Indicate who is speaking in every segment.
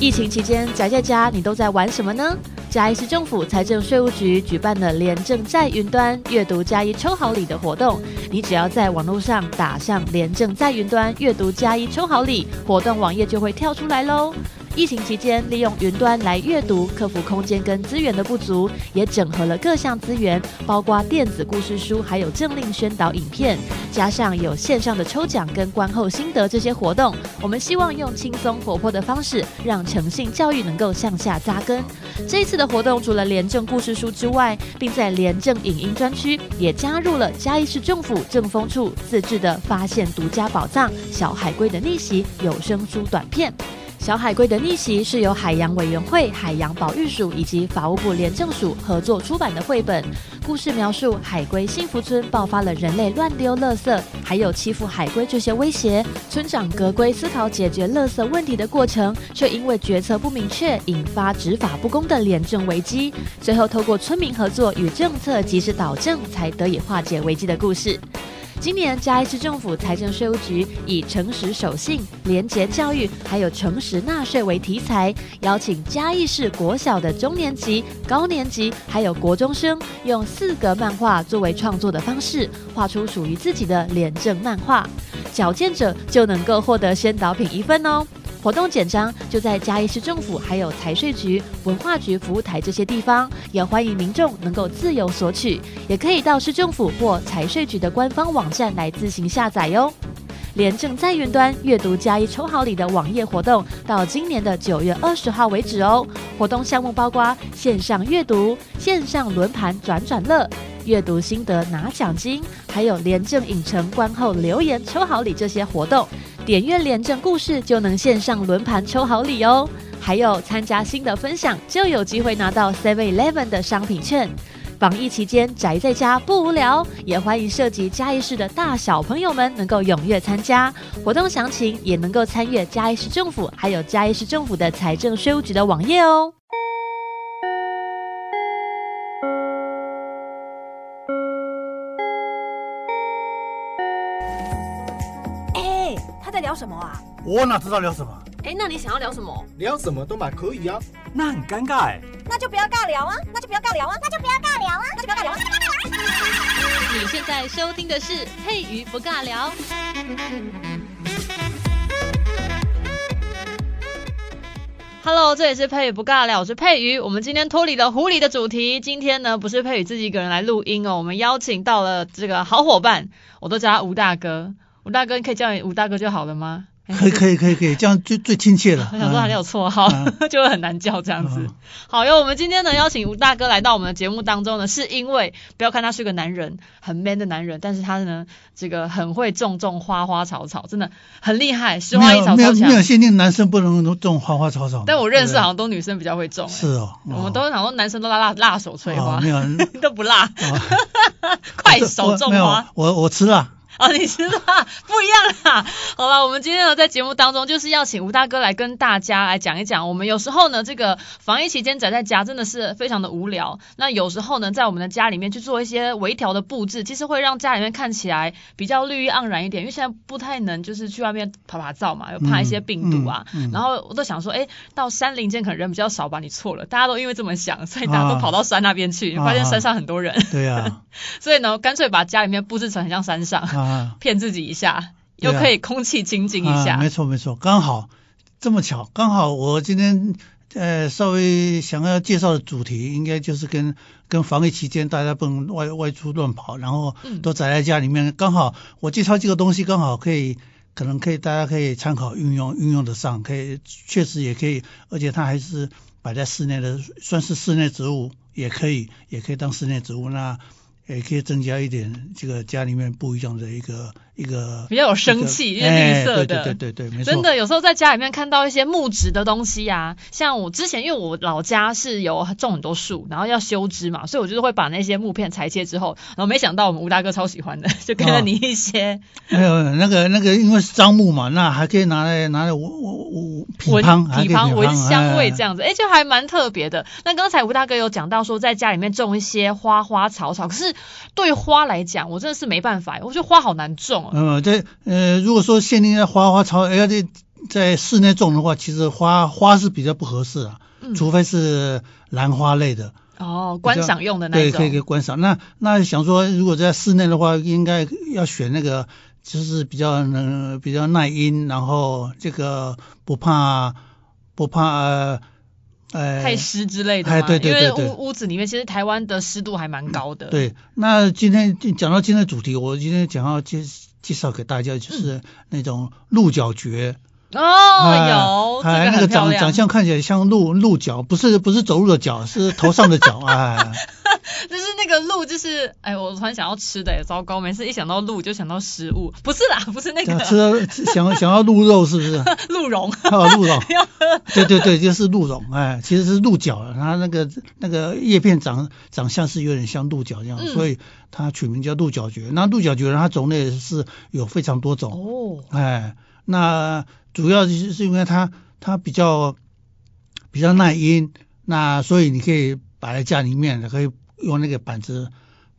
Speaker 1: 疫情期间宅在家，你都在玩什么呢？嘉义市政府财政税务局举办了廉政在云端阅读嘉义抽好礼的活动，你只要在网络上打上“廉政在云端阅读嘉义抽好礼”，活动网页就会跳出来喽。疫情期间，利用云端来阅读，克服空间跟资源的不足，也整合了各项资源，包括电子故事书，还有政令宣导影片，加上有线上的抽奖跟观后心得这些活动，我们希望用轻松活泼的方式，让诚信教育能够向下扎根。这一次的活动除了廉政故事书之外，并在廉政影音专区也加入了嘉义市政府政风处自制的“发现独家宝藏——小海龟的逆袭”有声书短片。小海龟的逆袭是由海洋委员会、海洋保育署以及法务部廉政署合作出版的绘本。故事描述海龟幸福村爆发了人类乱丢垃圾，还有欺负海龟这些威胁。村长格龟思考解决垃圾问题的过程，却因为决策不明确，引发执法不公的廉政危机。最后透过村民合作与政策及时导正，才得以化解危机的故事。今年嘉义市政府财政税务局以诚实守信、廉洁教育，还有诚实纳税为题材，邀请嘉义市国小的中年级、高年级，还有国中生，用四格漫画作为创作的方式，画出属于自己的廉政漫画。矫健者就能够获得宣导品一份哦。活动简章就在嘉义市政府、还有财税局、文化局服务台这些地方，也欢迎民众能够自由索取，也可以到市政府或财税局的官方网站来自行下载哟。廉政在云端阅读加一抽好礼的网页活动，到今年的九月二十号为止哦。活动项目包括线上阅读、线上轮盘转转乐、阅读心得拿奖金，还有廉政影城观后留言抽好礼这些活动。点阅廉政故事就能线上轮盘抽好礼哦，还有参加新的分享就有机会拿到 Seven Eleven 的商品券。防疫期间宅在家不无聊，也欢迎涉及嘉义市的大小朋友们能够踊跃参加活动，详情也能够参阅嘉义市政府还有嘉义市政府的财政税务局的网页哦。
Speaker 2: 哎，他在聊什么啊？
Speaker 3: 我哪知道聊什么？
Speaker 4: 哎，那你想要聊什么？
Speaker 5: 聊什么都蛮可以啊。
Speaker 3: 那很尴尬哎。
Speaker 2: 那就不要尬聊啊，那就不要尬聊啊，那就不要尬聊啊，那就不要尬聊啊。
Speaker 1: 你现在收听的是《佩瑜不尬聊》。Hello，这里是佩宇不尬聊，我是佩瑜。我们今天脱离了狐狸的主题，今天呢不是佩宇自己一个人来录音哦，我们邀请到了这个好伙伴，我都叫他吴大哥。吴大哥，你可以叫你吴大哥就好了吗？哎
Speaker 6: 可以可以可以可以，这样最最亲切了。
Speaker 1: 我想说还有绰号， 就会很难叫这样子。
Speaker 6: 嗯
Speaker 1: 好哟，我们今天呢邀请吴大哥来到我们的节目当中呢，是因为不要看他是个男人，很 man 的男人，但是他呢这个很会种种花花草草，真的很厉害，拾花一草
Speaker 6: 没有
Speaker 1: 超
Speaker 6: 没有没有
Speaker 1: 强。
Speaker 6: 限定男生不能种花花草草嘛，
Speaker 1: 但我认识
Speaker 6: 对
Speaker 1: 好
Speaker 6: 不
Speaker 1: 像都女生比较会种、
Speaker 6: 对
Speaker 1: 欸
Speaker 6: 是哦，
Speaker 1: 我们
Speaker 6: 哦
Speaker 1: 都想说男生都辣辣辣手翠花
Speaker 6: 哦，没有
Speaker 1: 都不辣，
Speaker 6: 哦
Speaker 1: 快
Speaker 6: 我
Speaker 1: 手种
Speaker 6: 我没有
Speaker 1: 花。
Speaker 6: 我我吃了，
Speaker 1: 哦，你知道不一样啦。好了，我们今天呢在节目当中就是要请吴大哥来跟大家来讲一讲，我们有时候呢这个防疫期间宅在家真的是非常的无聊。那有时候呢在我们的家里面去做一些微调的布置，其实会让家里面看起来比较绿意盎然一点，因为现在不太能就是去外面爬爬照嘛，又怕一些病毒啊。
Speaker 6: 嗯嗯嗯
Speaker 1: 然后我都想说，哎，到山林间可能人比较少吧，你错了，大家都因为这么想，所以大家都
Speaker 6: 啊
Speaker 1: 跑到山那边去，你发现
Speaker 6: 啊
Speaker 1: 山上很多人，
Speaker 6: 对啊呀
Speaker 1: 所以呢干脆把家里面布置成很像山上。
Speaker 6: 啊
Speaker 1: 骗自己一下，又
Speaker 6: 对啊
Speaker 1: 可以空气清净一下。
Speaker 6: 啊，没错没错，刚好这么巧，刚好我今天呃稍微想要介绍的主题，应该就是跟跟防疫期间大家不能外外出乱跑，然后
Speaker 1: 嗯
Speaker 6: 都宅在家里面，刚好我介绍这个东西刚好可以。可能可以，大家可以参考运用运用得上，可以确实也可以，而且它还是摆在室内的，算是室内植物，也可以也可以当室内植物，那也可以增加一点这个家里面不一样的一个一个
Speaker 1: 比较有生气
Speaker 6: 一
Speaker 1: 因
Speaker 6: 个
Speaker 1: 为绿
Speaker 6: 哎
Speaker 1: 色
Speaker 6: 对
Speaker 1: 的
Speaker 6: 对对对对，没错，
Speaker 1: 真的，有时候在家里面看到一些木质的东西呀、像我之前因为我老家是有种很多树，然后要修枝嘛，所以我就是会把那些木片裁切之后，然后没想到我们吴大哥超喜欢的，就给了
Speaker 6: 哦
Speaker 1: 你一些
Speaker 6: 没有哎那个那个，因为是樟木嘛，那还可以拿来拿来我我我匹
Speaker 1: 闻
Speaker 6: 芳，还可
Speaker 1: 匹
Speaker 6: 以匹
Speaker 1: 芳闻香味这
Speaker 6: 样。
Speaker 1: 样子，哎、就还蛮特别的。那刚才吴大哥有讲到说，在家里面种一些花花草草，可是对花来讲，我真的是没办法，我觉得花好难种哦、
Speaker 6: 嗯，这呃，如果说限定在花花草，哎呀，这在室内种的话，其实花花是比较不合适啊，
Speaker 4: 嗯
Speaker 6: 除非是兰花类的，
Speaker 4: 哦，
Speaker 6: 比
Speaker 4: 观
Speaker 6: 较
Speaker 4: 赏用的那一
Speaker 6: 对，
Speaker 4: 种，
Speaker 6: 可以可以观赏。那那想说，如果在室内的话，应该要选那个就是比较能、比较耐阴，然后这个不怕不怕呃
Speaker 4: 太湿之类的嘛，
Speaker 6: 哎对对对
Speaker 4: 因
Speaker 6: 对嗯
Speaker 4: 为屋屋子里面其实台湾的湿度还蛮高的，，
Speaker 6: 对，那今天讲到今天的主题，我今天想要介介绍给大家就是那种鹿角蕨。哎
Speaker 4: 嗯哦，有这
Speaker 6: 哎，
Speaker 4: 个
Speaker 6: 那个
Speaker 4: 很漂
Speaker 6: 长长
Speaker 4: 亮，
Speaker 6: 相看起来像鹿鹿角，不是不是走路的角，是头上的 角。哎，
Speaker 4: 就是那个鹿，就是哎，我突然想要吃的，哎糟糕，每次一想到鹿就想到食物，不是啦，不是那
Speaker 6: 想
Speaker 4: 个
Speaker 6: 啊吃到想想要鹿肉是不是？
Speaker 4: 鹿茸，
Speaker 6: 还有鹿茸，
Speaker 4: 要喝
Speaker 6: 对对对，就是鹿茸。哎，其实是鹿角，它那个那个叶片长长相是有点像鹿角这样，
Speaker 4: 嗯
Speaker 6: 所以它取名叫鹿角蕨。那鹿角蕨它种类是有非常多种。
Speaker 4: 哦，
Speaker 6: 哎，那主要就是是因为它它比较比较耐阴，那所以你可以摆在家里面，可以用那个板子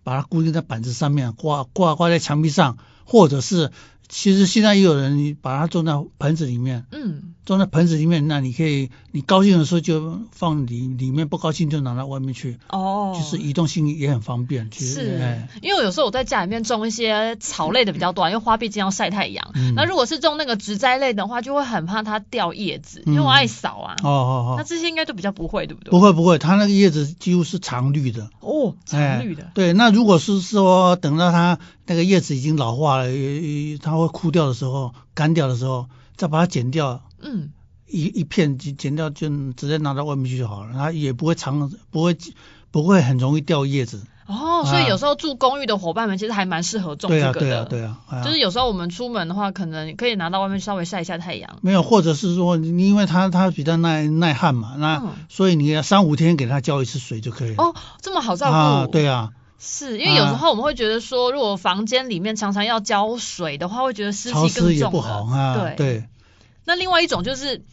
Speaker 6: 把它固定在板子上面，挂挂挂在墙壁上，或者是其实现在也有人把它种到盆子里面，
Speaker 4: 嗯，
Speaker 6: 种在盆子里面，那你可以你高兴的时候就放里里面，不高兴就拿到外面去，
Speaker 4: 哦，
Speaker 6: 就是移动性也很方便。其实
Speaker 4: 是
Speaker 6: 哎，
Speaker 4: 因为有时候我在家里面种一些草类的比较多啊，因为花毕竟要晒太阳。
Speaker 6: 嗯
Speaker 4: 那如果是种那个植栽类的话，就会很怕它掉叶子，因为我爱扫啊。
Speaker 6: 嗯哦哦
Speaker 4: 那
Speaker 6: 哦，
Speaker 4: 这些应该就比较不会，对不对？
Speaker 6: 不会不会，它那个叶子几乎是常绿的。
Speaker 4: 哦，
Speaker 6: 哎
Speaker 4: 常绿的。
Speaker 6: 对，那如果是说等到它那个叶子已经老化了，呃它会枯掉的时候、干掉的时候，再把它剪掉
Speaker 4: 嗯，
Speaker 6: 一一片，剪剪掉就直接拿到外面去就好了，它也不会长，不会不会很容易掉叶子。
Speaker 4: 哦，所以
Speaker 6: 啊
Speaker 4: 有时候住公寓的伙伴们其实还蛮适合种
Speaker 6: 对
Speaker 4: 这
Speaker 6: 啊，
Speaker 4: 个
Speaker 6: 对啊，
Speaker 4: 的。
Speaker 6: 对啊，啊
Speaker 4: 就是有时候我们出门的话，可能可以拿到外面稍微晒一下太阳。
Speaker 6: 没有，或者是说，因为它它比较耐耐旱嘛，那、
Speaker 4: 嗯
Speaker 6: 所以你要三五天给它浇一次水就可以了。
Speaker 4: 哦，这么好照顾。
Speaker 6: 啊，对啊，
Speaker 4: 是因为有时
Speaker 6: 啊
Speaker 4: 候我们会觉得说，如果房间里面常常要浇水的话，会觉得湿
Speaker 6: 潮
Speaker 4: 气
Speaker 6: 湿
Speaker 4: 更
Speaker 6: 也
Speaker 4: 重
Speaker 6: 不
Speaker 4: 了。
Speaker 6: 好啊，
Speaker 4: 对
Speaker 6: 对。
Speaker 4: 那另外一种就是，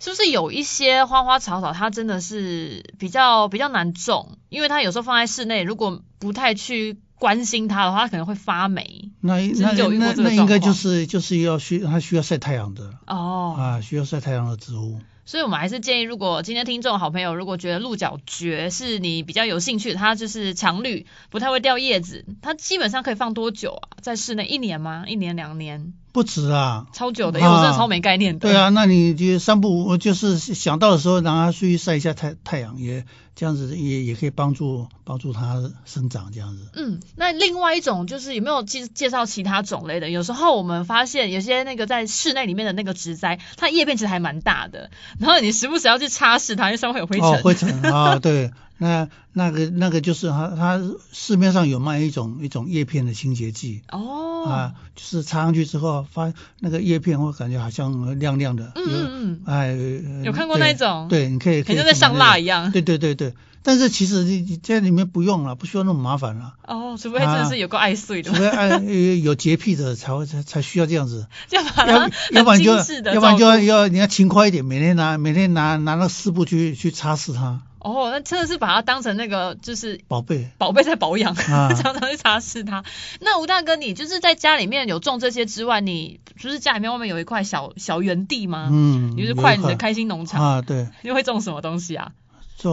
Speaker 4: 是不是有一些花花草草，它真的是比较比较难种，因为它有时候放在室内，如果不太去关心它的话，它可能会发霉。
Speaker 6: 那
Speaker 4: 是
Speaker 6: 那
Speaker 4: 不是有遇过
Speaker 6: 那
Speaker 4: 这个
Speaker 6: 那应该就
Speaker 4: 状况
Speaker 6: 是就是要需它需要晒太阳的
Speaker 4: 哦，
Speaker 6: 啊，需要晒太阳的植物。
Speaker 4: 所以我们还是建议，如果今天听众好朋友如果觉得鹿角蕨是你比较有兴趣，它就是常绿，不太会掉叶子，它基本上可以放多久啊？在室内一年吗？一年两年？
Speaker 6: 不止啊，
Speaker 4: 超久的，因为我真的超没概念的。
Speaker 6: 对，啊，那你就三不五就是想到的时候，让它去晒一下太太阳，也这样子也也可以帮助帮助它生长这样子。
Speaker 4: 嗯，那另外一种就是有没有介介绍其他种类的？有时候我们发现有些那个在室内里面的那个植栽，它叶片其实还蛮大的，然后你时不时要去擦拭它，因为上面有灰尘。
Speaker 6: 哦，灰尘啊， 对，那那个那个就是它它市面上有卖一种一种叶片的清洁剂。
Speaker 4: 哦
Speaker 6: 啊，就是擦上去之后，发那个叶片会感觉好像亮亮的，
Speaker 4: 嗯
Speaker 6: 有
Speaker 4: 嗯
Speaker 6: 哎，呃
Speaker 4: 有看过
Speaker 6: 对
Speaker 4: 那一种
Speaker 6: 对，你可以，
Speaker 4: 嗯，
Speaker 6: 可以
Speaker 4: 很像在
Speaker 6: 看
Speaker 4: 上
Speaker 6: 看
Speaker 4: 蜡
Speaker 6: 那
Speaker 4: 一样
Speaker 6: 个。。 对对对对，但是其实你你在里面不用了，不需要那么麻烦 了，
Speaker 4: 哦，除非真的是有够爱碎的
Speaker 6: 除，非按呃有洁癖的才会才才需要这样 子，
Speaker 4: 就把它
Speaker 6: 要要不然
Speaker 4: 很
Speaker 6: 就
Speaker 4: 精致的
Speaker 6: 要不然就
Speaker 4: 照
Speaker 6: 要
Speaker 4: 顾
Speaker 6: 要你要勤快一点，每天拿每天拿拿那个湿布去去擦拭它，
Speaker 4: 哦，那真的是把它当成那个就是
Speaker 6: 宝贝。
Speaker 4: 宝贝在保养，
Speaker 6: 啊
Speaker 4: 常常去擦拭它。那吴大哥，你就是在家里面有种这些之外，你不是家里面外面有一块小小园地吗？
Speaker 6: 嗯，
Speaker 4: 你就是
Speaker 6: 有一
Speaker 4: 快你的
Speaker 6: 块
Speaker 4: 开心农场，
Speaker 6: 啊，对，
Speaker 4: 你会种什么东西啊？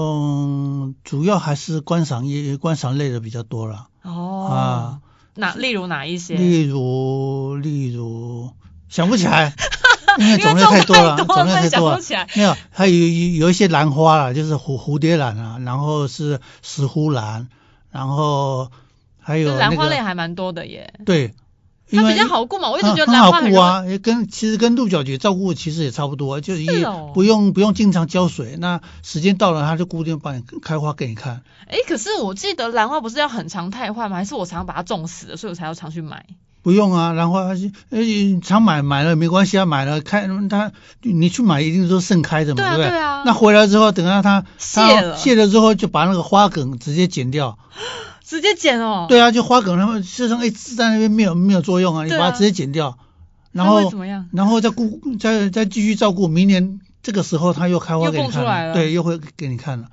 Speaker 6: 种主要还是观赏业观赏类的比较多了、
Speaker 4: 哦，
Speaker 6: 啊，
Speaker 4: 哪例如哪一些？
Speaker 6: 例如例如想不起 来，因为
Speaker 4: 因为
Speaker 6: 种类
Speaker 4: 种
Speaker 6: 太多
Speaker 4: 太
Speaker 6: 了，
Speaker 4: 多
Speaker 6: 种类
Speaker 4: 了
Speaker 6: 太
Speaker 4: 想
Speaker 6: 多
Speaker 4: 不
Speaker 6: 了。
Speaker 4: 起来。
Speaker 6: 没有，还有有有一些兰花啦，就是蝴蝴蝶兰啊，然后是石斛兰，然后还有、
Speaker 4: 就
Speaker 6: 那个、
Speaker 4: 是兰花类还蛮多的耶，
Speaker 6: 对，因
Speaker 4: 它
Speaker 6: 为
Speaker 4: 比较好顾嘛。我一直
Speaker 6: 很
Speaker 4: 觉得
Speaker 6: 很
Speaker 4: 兰
Speaker 6: 好
Speaker 4: 花很
Speaker 6: 顾
Speaker 4: 容易
Speaker 6: 啊，也跟其实跟鹿角蕨照顾其实也差不多，就是
Speaker 4: 是
Speaker 6: 也
Speaker 4: 哦
Speaker 6: 不用不用经常浇水，那时间到了它就固定帮你开花给你看。
Speaker 4: 哎，可是我记得兰花不是要很常汰换吗？还是我常把它种死了，所以我才要常去买？
Speaker 6: 不用啊，兰花呃常买买了没关系啊，买了开它你去买一定都是盛开的嘛，
Speaker 4: 对啊
Speaker 6: 不嗯对？
Speaker 4: 对啊
Speaker 6: 那回来之后，等到它
Speaker 4: 谢
Speaker 6: 它
Speaker 4: 了
Speaker 6: 谢了之后，就把那个花梗直接剪掉。
Speaker 4: 直接剪哦。，
Speaker 6: 对啊，就花梗它们事实上一直在那边没有没有作用啊，你
Speaker 4: 对啊
Speaker 6: 把它直接剪掉，然
Speaker 4: 那会
Speaker 6: 后
Speaker 4: 怎么样？
Speaker 6: 然后再顾再再继续照顾，明年这个时候它又开花
Speaker 4: 又
Speaker 6: 给你
Speaker 4: 蹦
Speaker 6: 看
Speaker 4: 出来了
Speaker 6: 对，又会给你看了，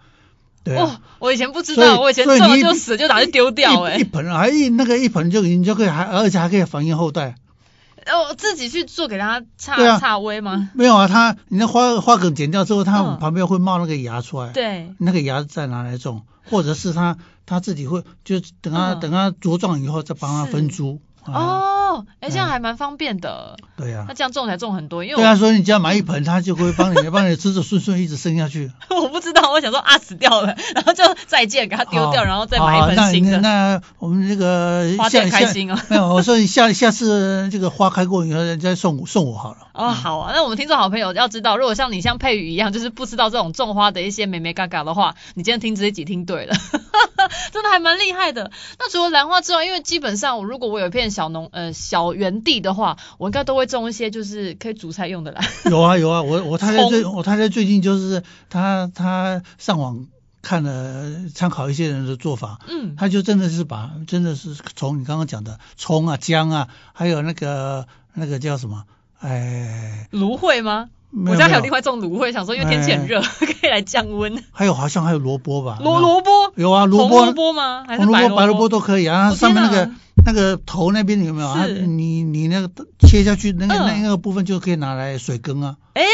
Speaker 6: 对啊、
Speaker 4: 哦，我以前不知
Speaker 6: 所以
Speaker 4: 道，我以前
Speaker 6: 所
Speaker 4: 种
Speaker 6: 以
Speaker 4: 了
Speaker 6: 你
Speaker 4: 就死了，就拿去丢掉哎、
Speaker 6: 一一盆啊，一那个一盆就你就可以还而且还可以繁衍后代，
Speaker 4: 哦，自己去做给它
Speaker 6: 对啊
Speaker 4: 插插威吗？
Speaker 6: 没有啊，它你那花花梗剪掉之后，它
Speaker 4: 嗯
Speaker 6: 旁边会冒那个芽出来，
Speaker 4: 对，
Speaker 6: 那个芽再拿来种，或者是它它自己会就等它、
Speaker 4: 嗯
Speaker 6: 等它茁壮以后再帮它
Speaker 4: 是
Speaker 6: 分株。啊，
Speaker 4: 哦，哎，这
Speaker 6: 嗯
Speaker 4: 样还蛮方便的。
Speaker 6: 对啊呀、
Speaker 4: 那这样种才种很多，因为
Speaker 6: 对
Speaker 4: 我、
Speaker 6: 啊，所以你只要买一盆，它就会帮你帮你子子孙孙一直生下去。
Speaker 4: 我不知道，我想说啊死掉了， 然后就再见，给它丢掉，
Speaker 6: 哦
Speaker 4: 然后 再买一
Speaker 6: 哦
Speaker 4: 盆新
Speaker 6: 那
Speaker 4: 的。
Speaker 6: 那那我们这个
Speaker 4: 花
Speaker 6: 下
Speaker 4: 店开心哦
Speaker 6: 下没有，我说你下下次这个花开过以后，再送我送我好了。
Speaker 4: 哦，好啊，那我们听众好朋友要知道，如果像你像佩宇一样，就是不知道这种种花的一些美美嘎嘎的话，你今天听这一集听对了， 真的还蛮厉害的。那除了兰花之外，因为基本上我如果我有一片小农呃小园地的话，我应该都会种一些就是可以煮菜用的啦。
Speaker 6: 有啊有啊，我我太太
Speaker 4: 葱
Speaker 6: 最我太太最近就是她她上网看了参考一些人的做法，
Speaker 4: 嗯，
Speaker 6: 她就真的是把真的是从你刚刚讲的葱啊姜啊，还有那个那个叫什么哎，
Speaker 4: 芦荟吗？
Speaker 6: 没
Speaker 4: 我家还有
Speaker 6: 没
Speaker 4: 另外种芦荟，想说因为天气很热， 可以来降温。
Speaker 6: 还有好像还有萝卜吧？
Speaker 4: 萝萝卜，
Speaker 6: 有啊，萝
Speaker 4: 红
Speaker 6: 卜
Speaker 4: 萝卜吗？还是
Speaker 6: 红萝
Speaker 4: 白
Speaker 6: 卜、白萝卜都可以啊。
Speaker 4: 我
Speaker 6: 上面那
Speaker 4: 天
Speaker 6: 个那个头那边有没有啊？
Speaker 4: 是
Speaker 6: 你你那个切下去那个那
Speaker 4: 嗯
Speaker 6: 那个部分就可以拿来水耕啊。
Speaker 4: 哎、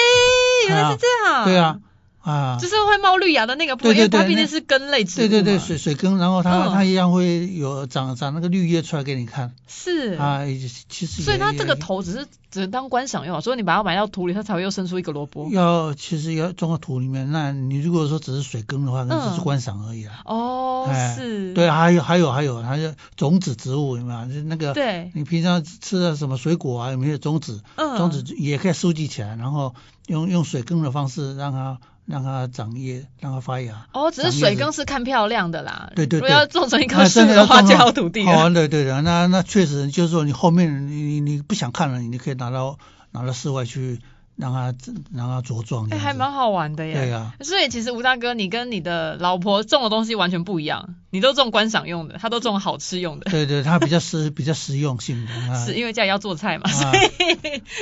Speaker 4: 原来是这样。
Speaker 6: 对啊，啊
Speaker 4: 就，是会冒绿芽的那个部
Speaker 6: 对
Speaker 4: 分，
Speaker 6: 对
Speaker 4: 因为它
Speaker 6: 对
Speaker 4: 毕
Speaker 6: 那
Speaker 4: 竟是根类植物
Speaker 6: 对
Speaker 4: 嘛。
Speaker 6: 对对，水水耕，然后它
Speaker 4: 嗯
Speaker 6: 它一样会有长长那个绿叶出来给你看
Speaker 4: 是。
Speaker 6: 啊。也其实也
Speaker 4: 所以它这个
Speaker 6: 也
Speaker 4: 头只是只能当观赏用啊，所以你把它埋到土里，它才会又生出一个萝卜。
Speaker 6: 要其实要种到土里面，那你如果说只是水耕的话，那只是
Speaker 4: 嗯
Speaker 6: 观赏而已啊。
Speaker 4: 哦，
Speaker 6: 哎
Speaker 4: 是。
Speaker 6: 对，还有还有还有，还有种子植物有没啊有？就那个
Speaker 4: 对，
Speaker 6: 你平常吃的什么水果啊，有没有种子？
Speaker 4: 嗯，
Speaker 6: 种子也可以收集起来，然后用用水耕的方式让它让它长叶，让它发芽。
Speaker 4: 哦，只是
Speaker 6: 长叶
Speaker 4: 水
Speaker 6: 子
Speaker 4: 耕是看漂亮的啦。
Speaker 6: 对对
Speaker 4: 如果
Speaker 6: 对
Speaker 4: 要种成一棵
Speaker 6: 啊
Speaker 4: 树
Speaker 6: 真的
Speaker 4: 的话，
Speaker 6: 种
Speaker 4: 就
Speaker 6: 了
Speaker 4: 要土地啊
Speaker 6: 好
Speaker 4: 了。
Speaker 6: 玩的，哦对的。那那确实就是说，你后面你你不想看了，你可以拿到拿到室外去让它让它茁壮。
Speaker 4: 哎、
Speaker 6: 这样子
Speaker 4: 还蛮好玩的耶。
Speaker 6: 对啊呀、
Speaker 4: 所以其实吴大哥，你跟你的老婆种的东西完全不一样，你都种观赏用的，他都种好吃用的，
Speaker 6: 对对，它比较实比较实用性的。啊
Speaker 4: 是因为家里要做菜嘛？
Speaker 6: 啊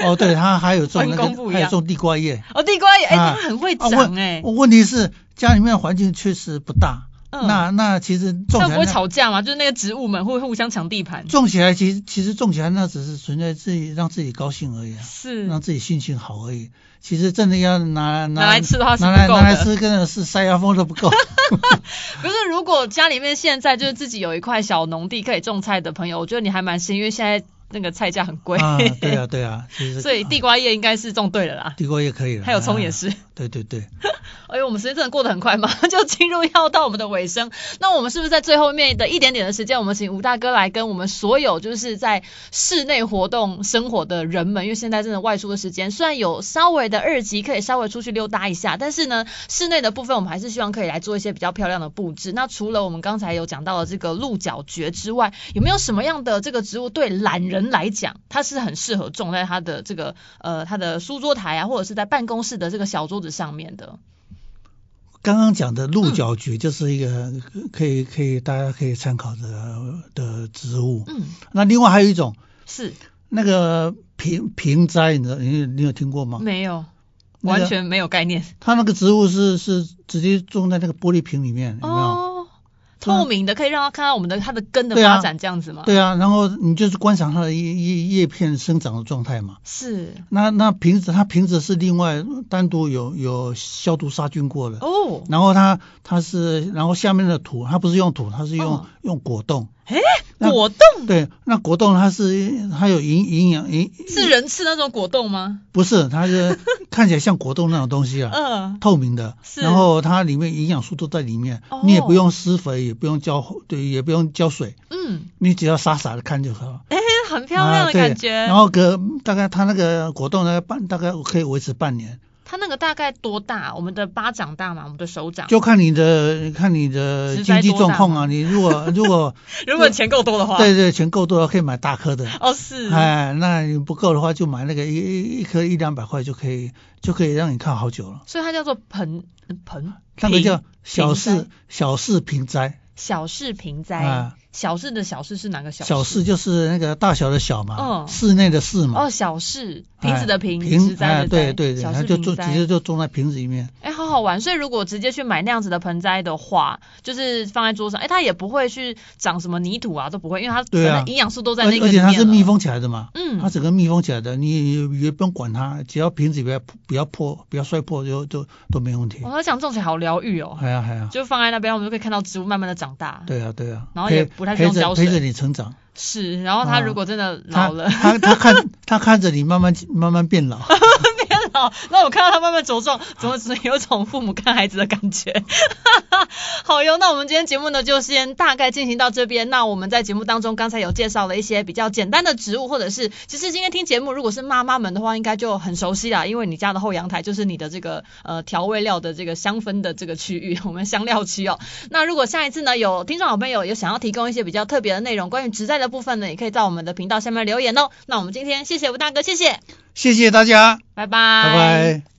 Speaker 6: 哦，对，它还有种那
Speaker 4: 分工不
Speaker 6: 个，
Speaker 4: 一
Speaker 6: 还有
Speaker 4: 样
Speaker 6: 种地瓜叶。
Speaker 4: 哦，地瓜也，哎、
Speaker 6: 啊
Speaker 4: 他很会
Speaker 6: 啊
Speaker 4: 长哎、
Speaker 6: 问问题是家里面环境确实不大，
Speaker 4: 嗯
Speaker 6: 那那其实种起
Speaker 4: 他
Speaker 6: 来
Speaker 4: 们不会
Speaker 6: 那
Speaker 4: 吵架嘛？就是那个植物们会互相抢地盘，
Speaker 6: 种起来其实其实种起来那只是存在自己让自己高兴而已、啊，
Speaker 4: 是
Speaker 6: 让自己心情好而已。其实真的要拿
Speaker 4: 嗯拿来吃的话是
Speaker 6: 拿
Speaker 4: 不
Speaker 6: 来
Speaker 4: 够
Speaker 6: 拿来
Speaker 4: 的
Speaker 6: 吃，真的是塞牙缝都 不够。
Speaker 4: 可是如果家里面现在就是自己有一块小农地可以种菜的朋友，我觉得你还蛮幸运，因为现在那个菜价很贵，
Speaker 6: 啊，对啊，对啊，其实 啊
Speaker 4: 所以地瓜叶应该是种对了啦。
Speaker 6: 地瓜也可以了，
Speaker 4: 还有葱也
Speaker 6: 啊。
Speaker 4: 是，
Speaker 6: 对对对，
Speaker 4: 哎呦，我们时间真的过得很快嘛， 就进入要到我们的尾声。那我们是不是在最后面的一点点的时间，我们请吴大哥来跟我们所有就是在室内活动生活的人们，因为现在真的外出的时间虽然有稍微的二级可以稍微出去溜达一下，但是呢，室内的部分我们还是希望可以来做一些比较漂亮的布置。那除了我们刚才有讲到的这个鹿角蕨之外，有没有什么样的这个植物对懒人来讲，它是很适合种在它的这个呃它的书桌台啊，或者是在办公室的这个小桌子上面的？
Speaker 6: 刚刚讲的鹿角
Speaker 4: 嗯
Speaker 6: 蕨就是一个可以可以大家可以参考的呃的植物。
Speaker 4: 嗯，
Speaker 6: 那另外还有一种
Speaker 4: 是
Speaker 6: 那个瓶瓶栽，你知道你你有听过吗？
Speaker 4: 没有，
Speaker 6: 哦那个
Speaker 4: 完全没有概念
Speaker 6: 它那个植物是是直接种在那个玻璃瓶里面，有没有？
Speaker 4: 哦。透明的可以让他看到我们的它的根的
Speaker 6: 对啊
Speaker 4: 发展，这样子吗？
Speaker 6: 对啊，然后你就是观赏它的叶叶叶片生长的状态嘛。
Speaker 4: 是
Speaker 6: 那那瓶子它瓶子是另外单独有有消毒杀菌过的，
Speaker 4: 哦，
Speaker 6: 然后它它是然后下面的土它不是用土，它是用、
Speaker 4: 嗯
Speaker 6: 用果冻。那
Speaker 4: 果冻
Speaker 6: 对，那果冻它是它有营营养营，
Speaker 4: 是人吃那种果冻吗？
Speaker 6: 不是它 是看起来像果冻那种东西啊。
Speaker 4: 嗯，
Speaker 6: 透明的，
Speaker 4: 是
Speaker 6: 然后它里面营养素都在里面，
Speaker 4: 哦
Speaker 6: 你也不用施肥，也不用浇，对，也不用浇水，
Speaker 4: 嗯，
Speaker 6: 你只要傻傻的看就好了。
Speaker 4: 这很漂亮的
Speaker 6: 啊对
Speaker 4: 感觉。
Speaker 6: 然后隔大概它那个果冻大概半大概可以维持半年，
Speaker 4: 它那个大概多大？我们的巴掌大嘛，我们的手掌。
Speaker 6: 就看你的看你的
Speaker 4: 植栽
Speaker 6: 经济
Speaker 4: 多
Speaker 6: 状
Speaker 4: 大
Speaker 6: 况
Speaker 4: 吗
Speaker 6: 啊。你如果如 果
Speaker 4: 如果钱够多的话，
Speaker 6: 对对钱够多了，可以买大颗的。
Speaker 4: 哦是，
Speaker 6: 哎，那你不够的话，就买那个一一一颗一两百块就可以，就可以让你看好久了。
Speaker 4: 所以它叫做盆盆，
Speaker 6: 那个叫
Speaker 4: 瓶
Speaker 6: 小
Speaker 4: 瓶
Speaker 6: 事
Speaker 4: 栽
Speaker 6: 小事瓶栽，
Speaker 4: 小事瓶栽
Speaker 6: 啊。
Speaker 4: 小事的小事是哪个小？
Speaker 6: 小事就是那个大小的小嘛，
Speaker 4: 嗯
Speaker 6: 室内的室嘛。
Speaker 4: 哦，小事瓶子
Speaker 6: 哎
Speaker 4: 的瓶，
Speaker 6: 瓶
Speaker 4: 植栽
Speaker 6: 哎
Speaker 4: 的栽
Speaker 6: 对对对，
Speaker 4: 小
Speaker 6: 它
Speaker 4: 事
Speaker 6: 就
Speaker 4: 瓶
Speaker 6: 种
Speaker 4: 栽。
Speaker 6: 直接就种在瓶子里面。
Speaker 4: 哎、好好玩。所以如果直接去买那样子的盆栽的话，就是放在桌上，哎、它也不会去长什么泥土啊，都不会，因为它
Speaker 6: 对啊
Speaker 4: 反正营养素都在
Speaker 6: 而
Speaker 4: 那
Speaker 6: 而
Speaker 4: 个里
Speaker 6: 且它
Speaker 4: 面
Speaker 6: 是密
Speaker 4: 了。
Speaker 6: 封起来的嘛，它
Speaker 4: 嗯，
Speaker 6: 整个密封起来的，你你也不用管它，只要瓶子不要不要破，不要摔破就就都没问题
Speaker 4: 我。在讲种起来好疗愈哦，
Speaker 6: 还呀哎还呀，
Speaker 4: 就放在那边，我们就可以看到植物慢慢的长大。
Speaker 6: 对啊对啊，
Speaker 4: 然后
Speaker 6: 陪
Speaker 4: 也不太需要
Speaker 6: 陪着
Speaker 4: 浇水
Speaker 6: 陪着你成长，
Speaker 4: 是，然后它
Speaker 6: 啊
Speaker 4: 如果真的
Speaker 6: 他
Speaker 4: 老了，
Speaker 6: 他他看 他看着你慢慢慢慢 变老，
Speaker 4: 好，那我看到他慢慢茁壮，怎么只有种父母看孩子的感觉？ 好哟，那我们今天节目呢就先大概进行到这边。那我们在节目当中刚才有介绍了一些比较简单的植物，或者是其实今天听节目如果是妈妈们的话，应该就很熟悉啦，因为你家的后阳台就是你的这个呃调味料的这个香氛的这个区域，我们香料区哦。那如果下一次呢有听众好朋友有想要提供一些比较特别的内容，关于植栽的部分呢，也可以到我们的频道下面留言哦。那我们今天谢谢吴大哥，谢谢，
Speaker 6: 谢谢大家，
Speaker 4: 拜拜，
Speaker 6: 拜拜。